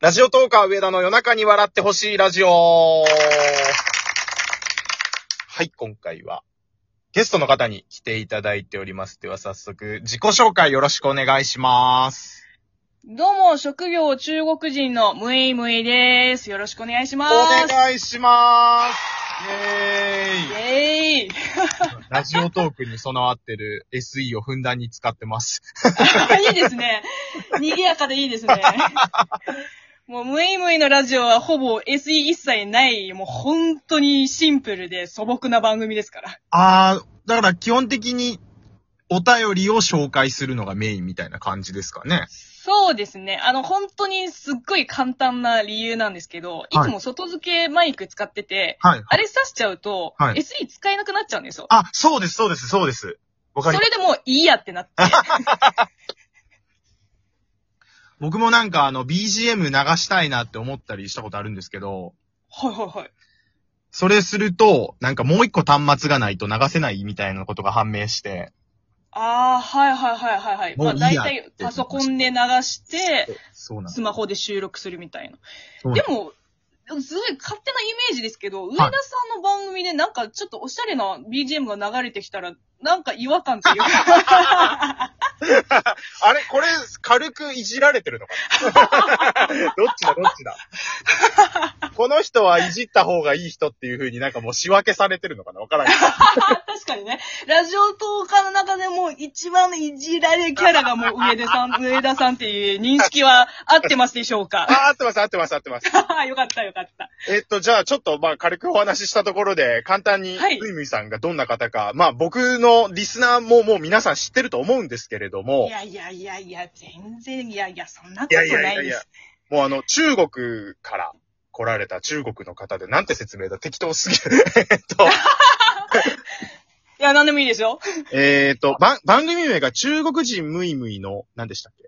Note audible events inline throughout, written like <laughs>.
ラジオトーカー上田の夜中に笑ってほしいラジオ。はい、今回はゲストの方に来ていただいております。では早速自己紹介よろしくお願いします。どうも、職業中国人のムエイムエイでーす。よろしくお願いしまおす。願いします。イェーイ。イェーイラジオトークに備わってる SE をふんだんに使ってます。 <laughs> いいですね。賑やかでいいです <laughs> ね。もう、ムエイムエイのラジオはほぼ SE 一切ない、もう本当にシンプルで素朴な番組ですから。あー、だから基本的にお便りを紹介するのがメインみたいな感じですかね。そうですね。あの、本当にすっごい簡単な理由なんですけど、いつも外付けマイク使ってて、はい。あれ刺しちゃうと、はい SE 使えなくなっちゃうんですよ。あ、そうです、そうです、そうです。わそかりれでもういいやってなって。僕もなんかあの BGM 流したいなって思ったりしたことあるんですけど、はいはいはい。それすると、なんかもう一個端末がないと流せないみたいなことが判明して、ああ、はいはいはいはいはい。もうまあいいや大体パソコンで流して、そうなんスマホで収録するみたいそうな。なでんも、すごい勝手なイメージですけど、上田さんの番組でなんかちょっとおしゃれな BGM が流れてきたら、なんか違和 <laughs> 感というか。あれこれ、軽くいじられてるのか <laughs> などっちだどっちだこの人はいじった方がいい人っていう風になんかもう仕分けされてるのかなわからない。確かにね。ラジオトーカーの中でも一番のいじられキャラがもう上田 <laughs> さん、上田さんっていう認識は合ってますでしょうかあー、合ってます、合ってます、合ってます。 <laughs> よかったよかった。 <laughs> えっと、じゃあちょっとまあ軽くお話ししたところで、簡単に、はいムイムイさんがどんな方か、まあ僕のリスナーももう皆さん知ってると思うんですけれどもい、やいやいやいや、全然、いやいや、そんなこいとやないいですよやいやいや、もうあの、中国から来られた中国の方で、なんて説明だ適当すぎる。 <laughs> えっと、 <laughs> いや、なんでもいいですよ。えっと、番番組名が中国人ムイムイの、何でしたっけ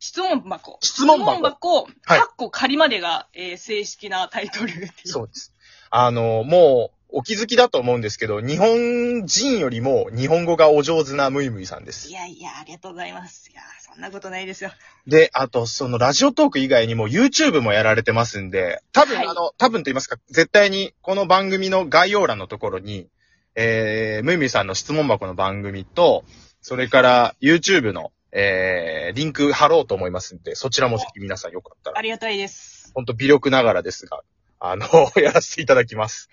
質問箱。質問箱質問箱、はいカッコ仮までが、えー正式なタイトルっていう。そうです。あの、もう、お気づきだと思うんですけど、日本人よりも日本語がお上手なムイムイさんですい。やいや、ありがとうございます。いや、そんなことないですよ。で、あと、その、ラジオトーク以外にも YouTube もやられてますんで、多分、はいあの、多分と言いますか、絶対に、この番組の概要欄のところに、えー、ムイムイさんの質問箱の番組と、それから、YouTube の、えー、リンク貼ろうと思いますんで、そちらもぜひ皆さんよかったあら、りがたいです。ほんと微力ながらですが、あの、 <laughs> やらせていただきます。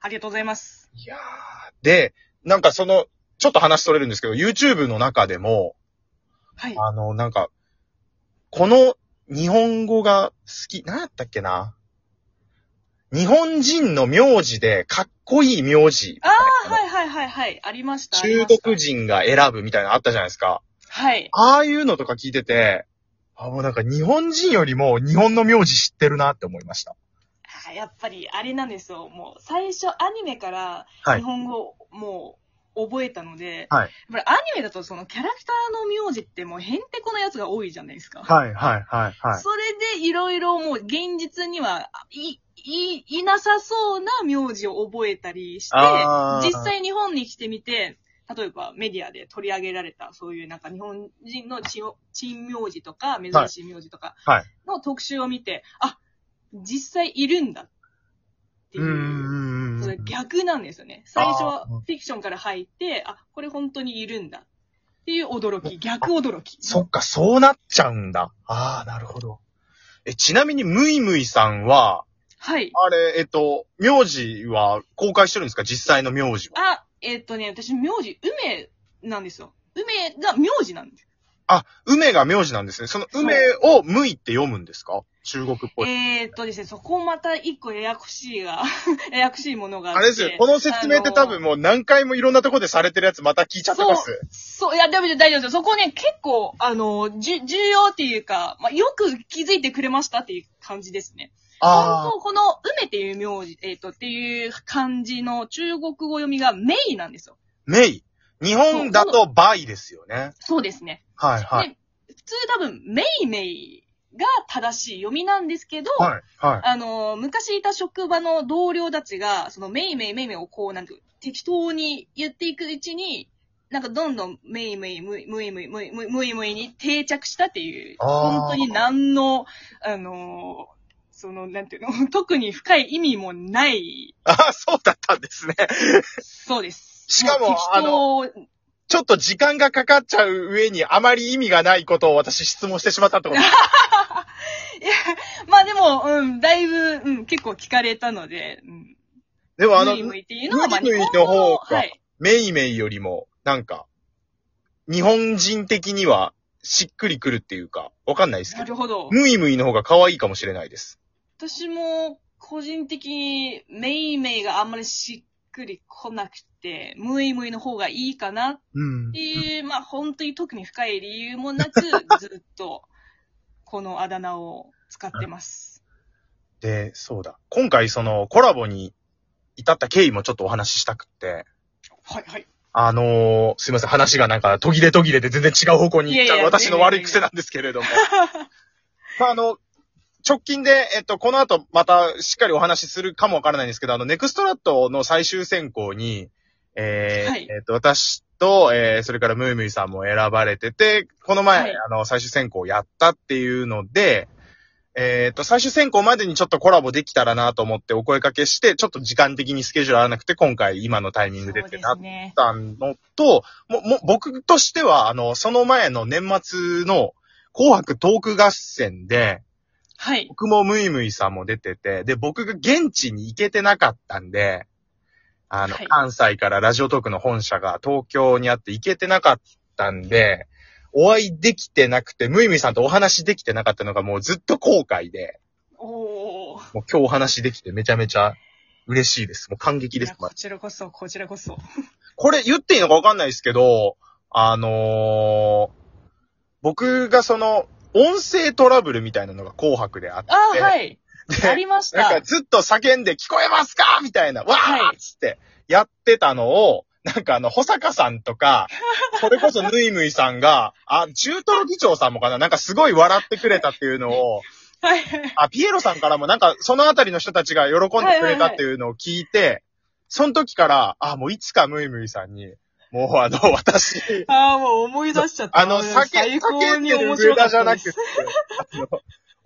ありがとうございます。いやー。で、なんかその、ちょっと話取れるんですけど、YouTube の中でも、はい。 <laughs> あの、なんか、この日本語が好き、なんやったっけな日本人の名字でかっこいい名字。ああ、はいはいはいはい。ありました。あり中ました国。人が選ぶみたいなのあったじゃないですか。はい。ああいうのとか聞いてて、あ、もうなんか日本人よりも日本の名字知ってるなって思いました。あやっぱり、あれなんですよ。もう、最初アニメからはい日本語をもう覚えたので、はいやっぱりアニメだとそのキャラクターの名字ってもうへんてこなやつが多いじゃないですか。はい、はい、はい、は。それでいろいろもう現実には、い、い、いなさそうな名字を覚えたりしてあ、ー実際日本に来てみて、例えばメディアで取り上げられた、そういうなんか日本人のち珍名字とか、珍しい名字とかはいの特集を見て、あ、実際いるんだってういーう、んそれ逆なんですよね。最初あはーうんフィクションから入って、あ、これ本当にいるんだっていう驚き、逆驚き。そっか、そうなっちゃうんだ。ああ、なるほど。え、ちなみに、ムイムイさんは、はい。あれ、えっと、名字は公開してるんですか実際の名字は。あ、えっとね、私、名字、梅なんですよ。梅が名字なんです。あ、梅が名字なんですね。そのそう梅をむいって読むんですか中国っぽい。えーっとですね、そこまた一個ややこしいが、 <laughs> ややこしいものがあっあて。れですよ。この説明って多分もう何回もいろんなとこでされてるやつまた聞いちゃってます。そう、いや、でも大丈夫ですよ。そこね、結構、あの、じゅ、重要っていうか、まあ、よく気づいてくれましたっていう感じですね。本あ当この、梅っていう名字、えーっと、っていう漢字の中国語読みがメイなんですよ。ー、メイ。日本だとバイですよね。そうですね。はいはい。で、普通多分、メイメイが正しい読みなんですけど、はいはい。あの、昔いた職場の同僚たちが、そのメイメイメイメイをこう、なんていう適当に言っていくうちに、なんかどんどんメイメイムイムイムイムイムイムイムイに定着したっていう、あー本当に何の、あのーその、なんていうの、特に深い意味もない、 <laughs> ああ、そうだったんですね。そうです。しかもう適当ちょっと時間がかかっちゃう上にあまり意味がないことを私質問してしまったって <laughs> こと。まあでも、うん、だいぶ、うん、結構聞かれたので、うん。でもあのムイ、ムイっていうのは、まあ、ムイムイの日本方がはい。メイメイよりも、なんか、日本人的にはしっくりくるっていうか、わかんないですなけるど、ほど。ムイムイの方が可愛いかもしれないです。私も、個人的に、メイメイがあんまりしっくり来なくて、ムイムイの方がいいかなっうんていう、まあ本当に特に深い理由も <laughs> なく、ずっと、このあだ名を使ってます。で、そうだ。今回そのコラボに至った経緯もちょっとお話ししたくって、はいはい。あのー、すいません、話がなんか途切れ途切れで全然違う方向に行っちいやいゃうや私の悪い癖なんですけれど <laughs> も。まあ、あの、直近で、えっと、この後またしっかりお話しするかもわからないんですけど、あの、ネクストラットの最終選考に、えーはいえっと、私と、えーそれからムームイさんも選ばれてて、この前、はいあの、最終選考をやったっていうので、えっと、最終選考までにちょっとコラボできたらなと思ってお声掛けして、ちょっと時間的にスケジュール合わなくて、今回今のタイミンそグうでってでなっすね。ったのと、も、も、僕としては、あの、その前の年末の紅白トーク合戦で、はい。僕もムイムイさんも出てて、で、僕が現地に行けてなかったんで、あの、はい関西からラジオトークの本社が東京にあって行けてなかったんで、お会いできてなくて、ムイムイさんとお話できてなかったのがもうずっと後悔で、おー。もう今日お話できてめちゃめちゃ嬉しいです。もう感激いでやす。こちらこそ、こちらこそ。これ言っていいのかわかんないですけど、あのー僕がその、音声トラブルみたいなのが紅白であって、あー、はい。ありましなんかた。ずっと叫んで聞こえますかみたいな、わはーいっつってやってたのを、なんかあの、保坂さんと <laughs> か、それこそぬいむいさんが、あ、中東議長さんもかななんかすごい笑ってくれたっていうのを、はいはい。あ、ピエロさんからもなんか、そのあたりの人たちが喜んでくれたっていうのを聞いて、その時から、あ、もういつかムイムイさんに、もうあの、私、 <laughs> ああ、もう思い出しちゃった。あの、もう叫最高叫んにでる面上白か田っじゃたなでくてす。、あの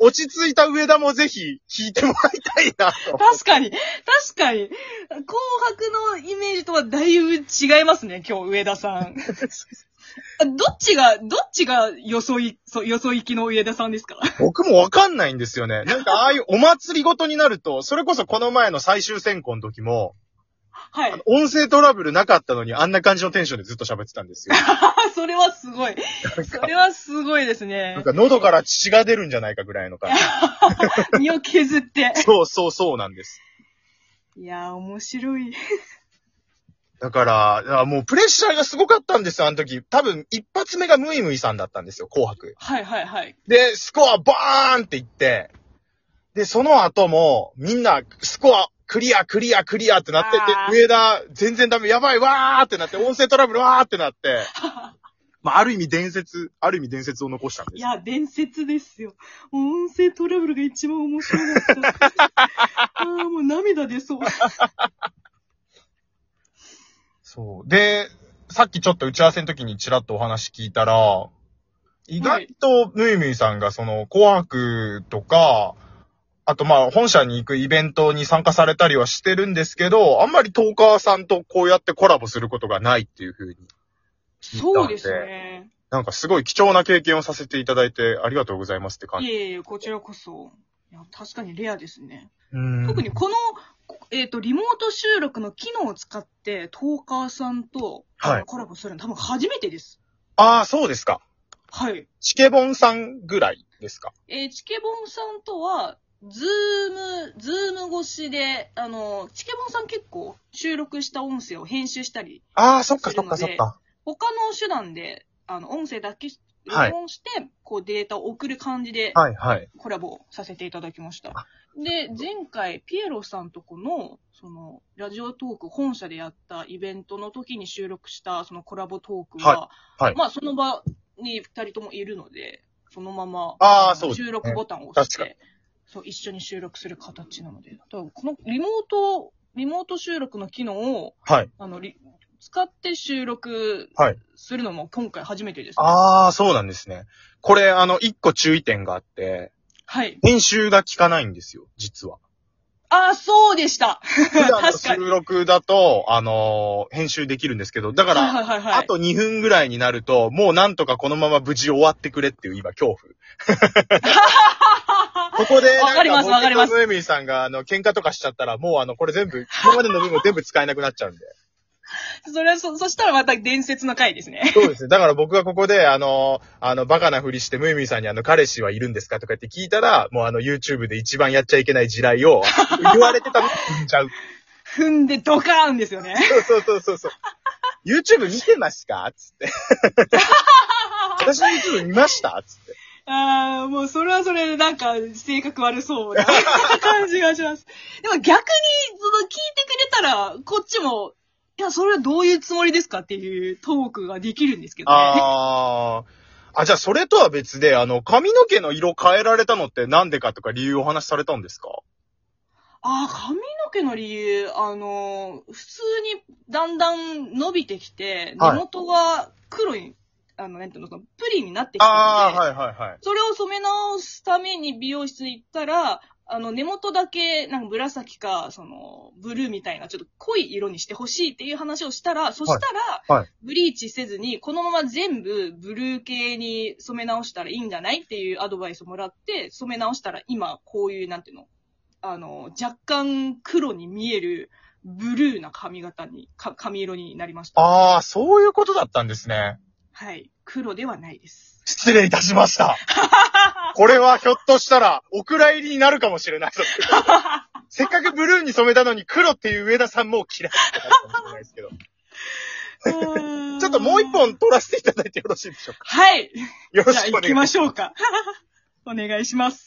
落ち着いた上田もぜひ聞いてもらいたいな <laughs> と。確かに、確かに、紅白のイメージとはだいぶ違いますね、今日、上田さん。あどっちが、どっちがよそい、そよそ行きの上田さんですか僕もわかんないんですよね。なんかああいうお祭りごとになると、それこそこの前の最終選考の時も、はい。音声トラブルなかったのにあんな感じのテンションでずっと喋ってたんですよ。あそれはすごい。それはすごいですなねん。か喉から血が出るんじゃないかぐらいの感じ。身を削って。 <laughs> そうそうそうなんです。いやー、面白い。だから、だからもうプレッシャーがすごかったんですよ、あの時。多分、一発目がムイムイさんだったんですよ、紅白。はいはいはい。で、スコアバーンっていって、で、その後も、みんな、スコア、クリア、クリア、クリアってなってあーて、上田、全然ダメ、やばい、わーってなって、音声トラブル、わーってな <laughs> って、まあ、ある意味伝説、ある意味伝説を残したんでいす。や、伝説ですよ。もう音声トラブルが一番面白かった。あーもう涙出そう。そう。で、さっきちょっと打ち合わせの時にちらっとお話聞いたら、意外とムイムイさんがその紅白とか、あとまあ本社に行くイベントに参加されたりはしてるんですけど、あんまりトーカーさんとこうやってコラボすることがないっていうふうに、そうですね。なんかすごい貴重な経験をさせていただいてありがとうございますって感いじ。えいえ、こちらこそ。いや確かにレアですね。うん特にこの、こえっ、と、リモート収録の機能を使って、トーカーさんとはいコラボするの、多分初めてです。ああ、そうですか。はい。チケボンさんぐらいですか。えーチケボンさんとは、ズーム、ズーム越しで、あの、チケボンさん結構収録した音声を編集したり、ああ、そっかそっかそっか。他の手段で、あの、音声だけはい録音して、こうデータを送る感じではいはい。コラボさせていただきましたあ。で、前回、ピエロさんとこの、その、ラジオトーク本社でやったイベントの時に収録した、そのコラボトークは、はいはいまあ、その場に二人ともいるので、そのまま、あーのそうですね収録ボタンを押し確て、そう、一緒に収録する形なので、だからこのリモート、リモート収録の機能を、はい。あの、リ使って収録はいするのも今回初めてですね、ああ、そうなんですね。これ、あの、一個注意点があって、はい。編集が効かないんですよ、実 <laughs> は。あー、そうでした。普段の確かに。収録だと、あのー編集できるんですけど、だから、 <laughs> はいはいはいはい。あと2分ぐらいになると、もうなんとかこのまま無事終わってくれっていう今恐 <laughs> 怖。ここで、わかりますわかりますムーミーさんが、あの、喧嘩とかしちゃったら、もうあの、これ全部、今までの分も全部使えなくなっちゃうんで。それは、そ、そしたらまた伝説の回ですね。そうですね。だから僕がここで、あの、あの、バカなふりして、ムーミーさんにあの、彼氏はいるんですかとかって聞いたら、もうあの、YouTube で一番やっちゃいけない地雷を、言われてたのに踏んじゃう。踏んでドカーンですよね。そうそうそうそう。YouTube 見てますかつって。私の YouTube 見ましたつって。ああ、もうそれはそれでなんか性格悪そう <laughs> な感じがします。でも逆に、その聞いてくれたら、こっちも、いや、それはどういうつもりですかっていうトークができるんですけどね。ああ。あ、じゃあそれとは別で、あの、髪の毛の色変えられたのってなんでかとか理由をお話しされたんですかああ、髪の毛の理由、あの、普通にだんだん伸びてきて、はい根元が黒い、あの、なんていうの、そのプリンになってきてるんで、ああ、はいはいはい。それを染め直すために美容室行ったら、あの、根元だけ、なんか紫か、その、ブルーみたいな、ちょっと濃い色にしてほしいっていう話をしたら、そしたはいはら、ブリーチせずに、このまま全部ブルー系に染め直したらいいんじゃないっていうアドバイスをもらって、染め直したら今、こういう、なんていうの、あの、若干黒に見える、ブルーな髪型に、か髪色になりました。ああ、そういうことだったんですね。はい。黒ではないです。失礼いたしました。これはひょっとしたら、お蔵入りになるかもしれない。せっかくブルーに染めたのに黒っていう上田さんもう嫌いってなるかもしれないですけど。<laughs> ちちょょっともう一。本取らせていただいてよろしいでしょうかはい。よろじゃあしくお願行いしきま。ます <laughs> しょうか。お願いします。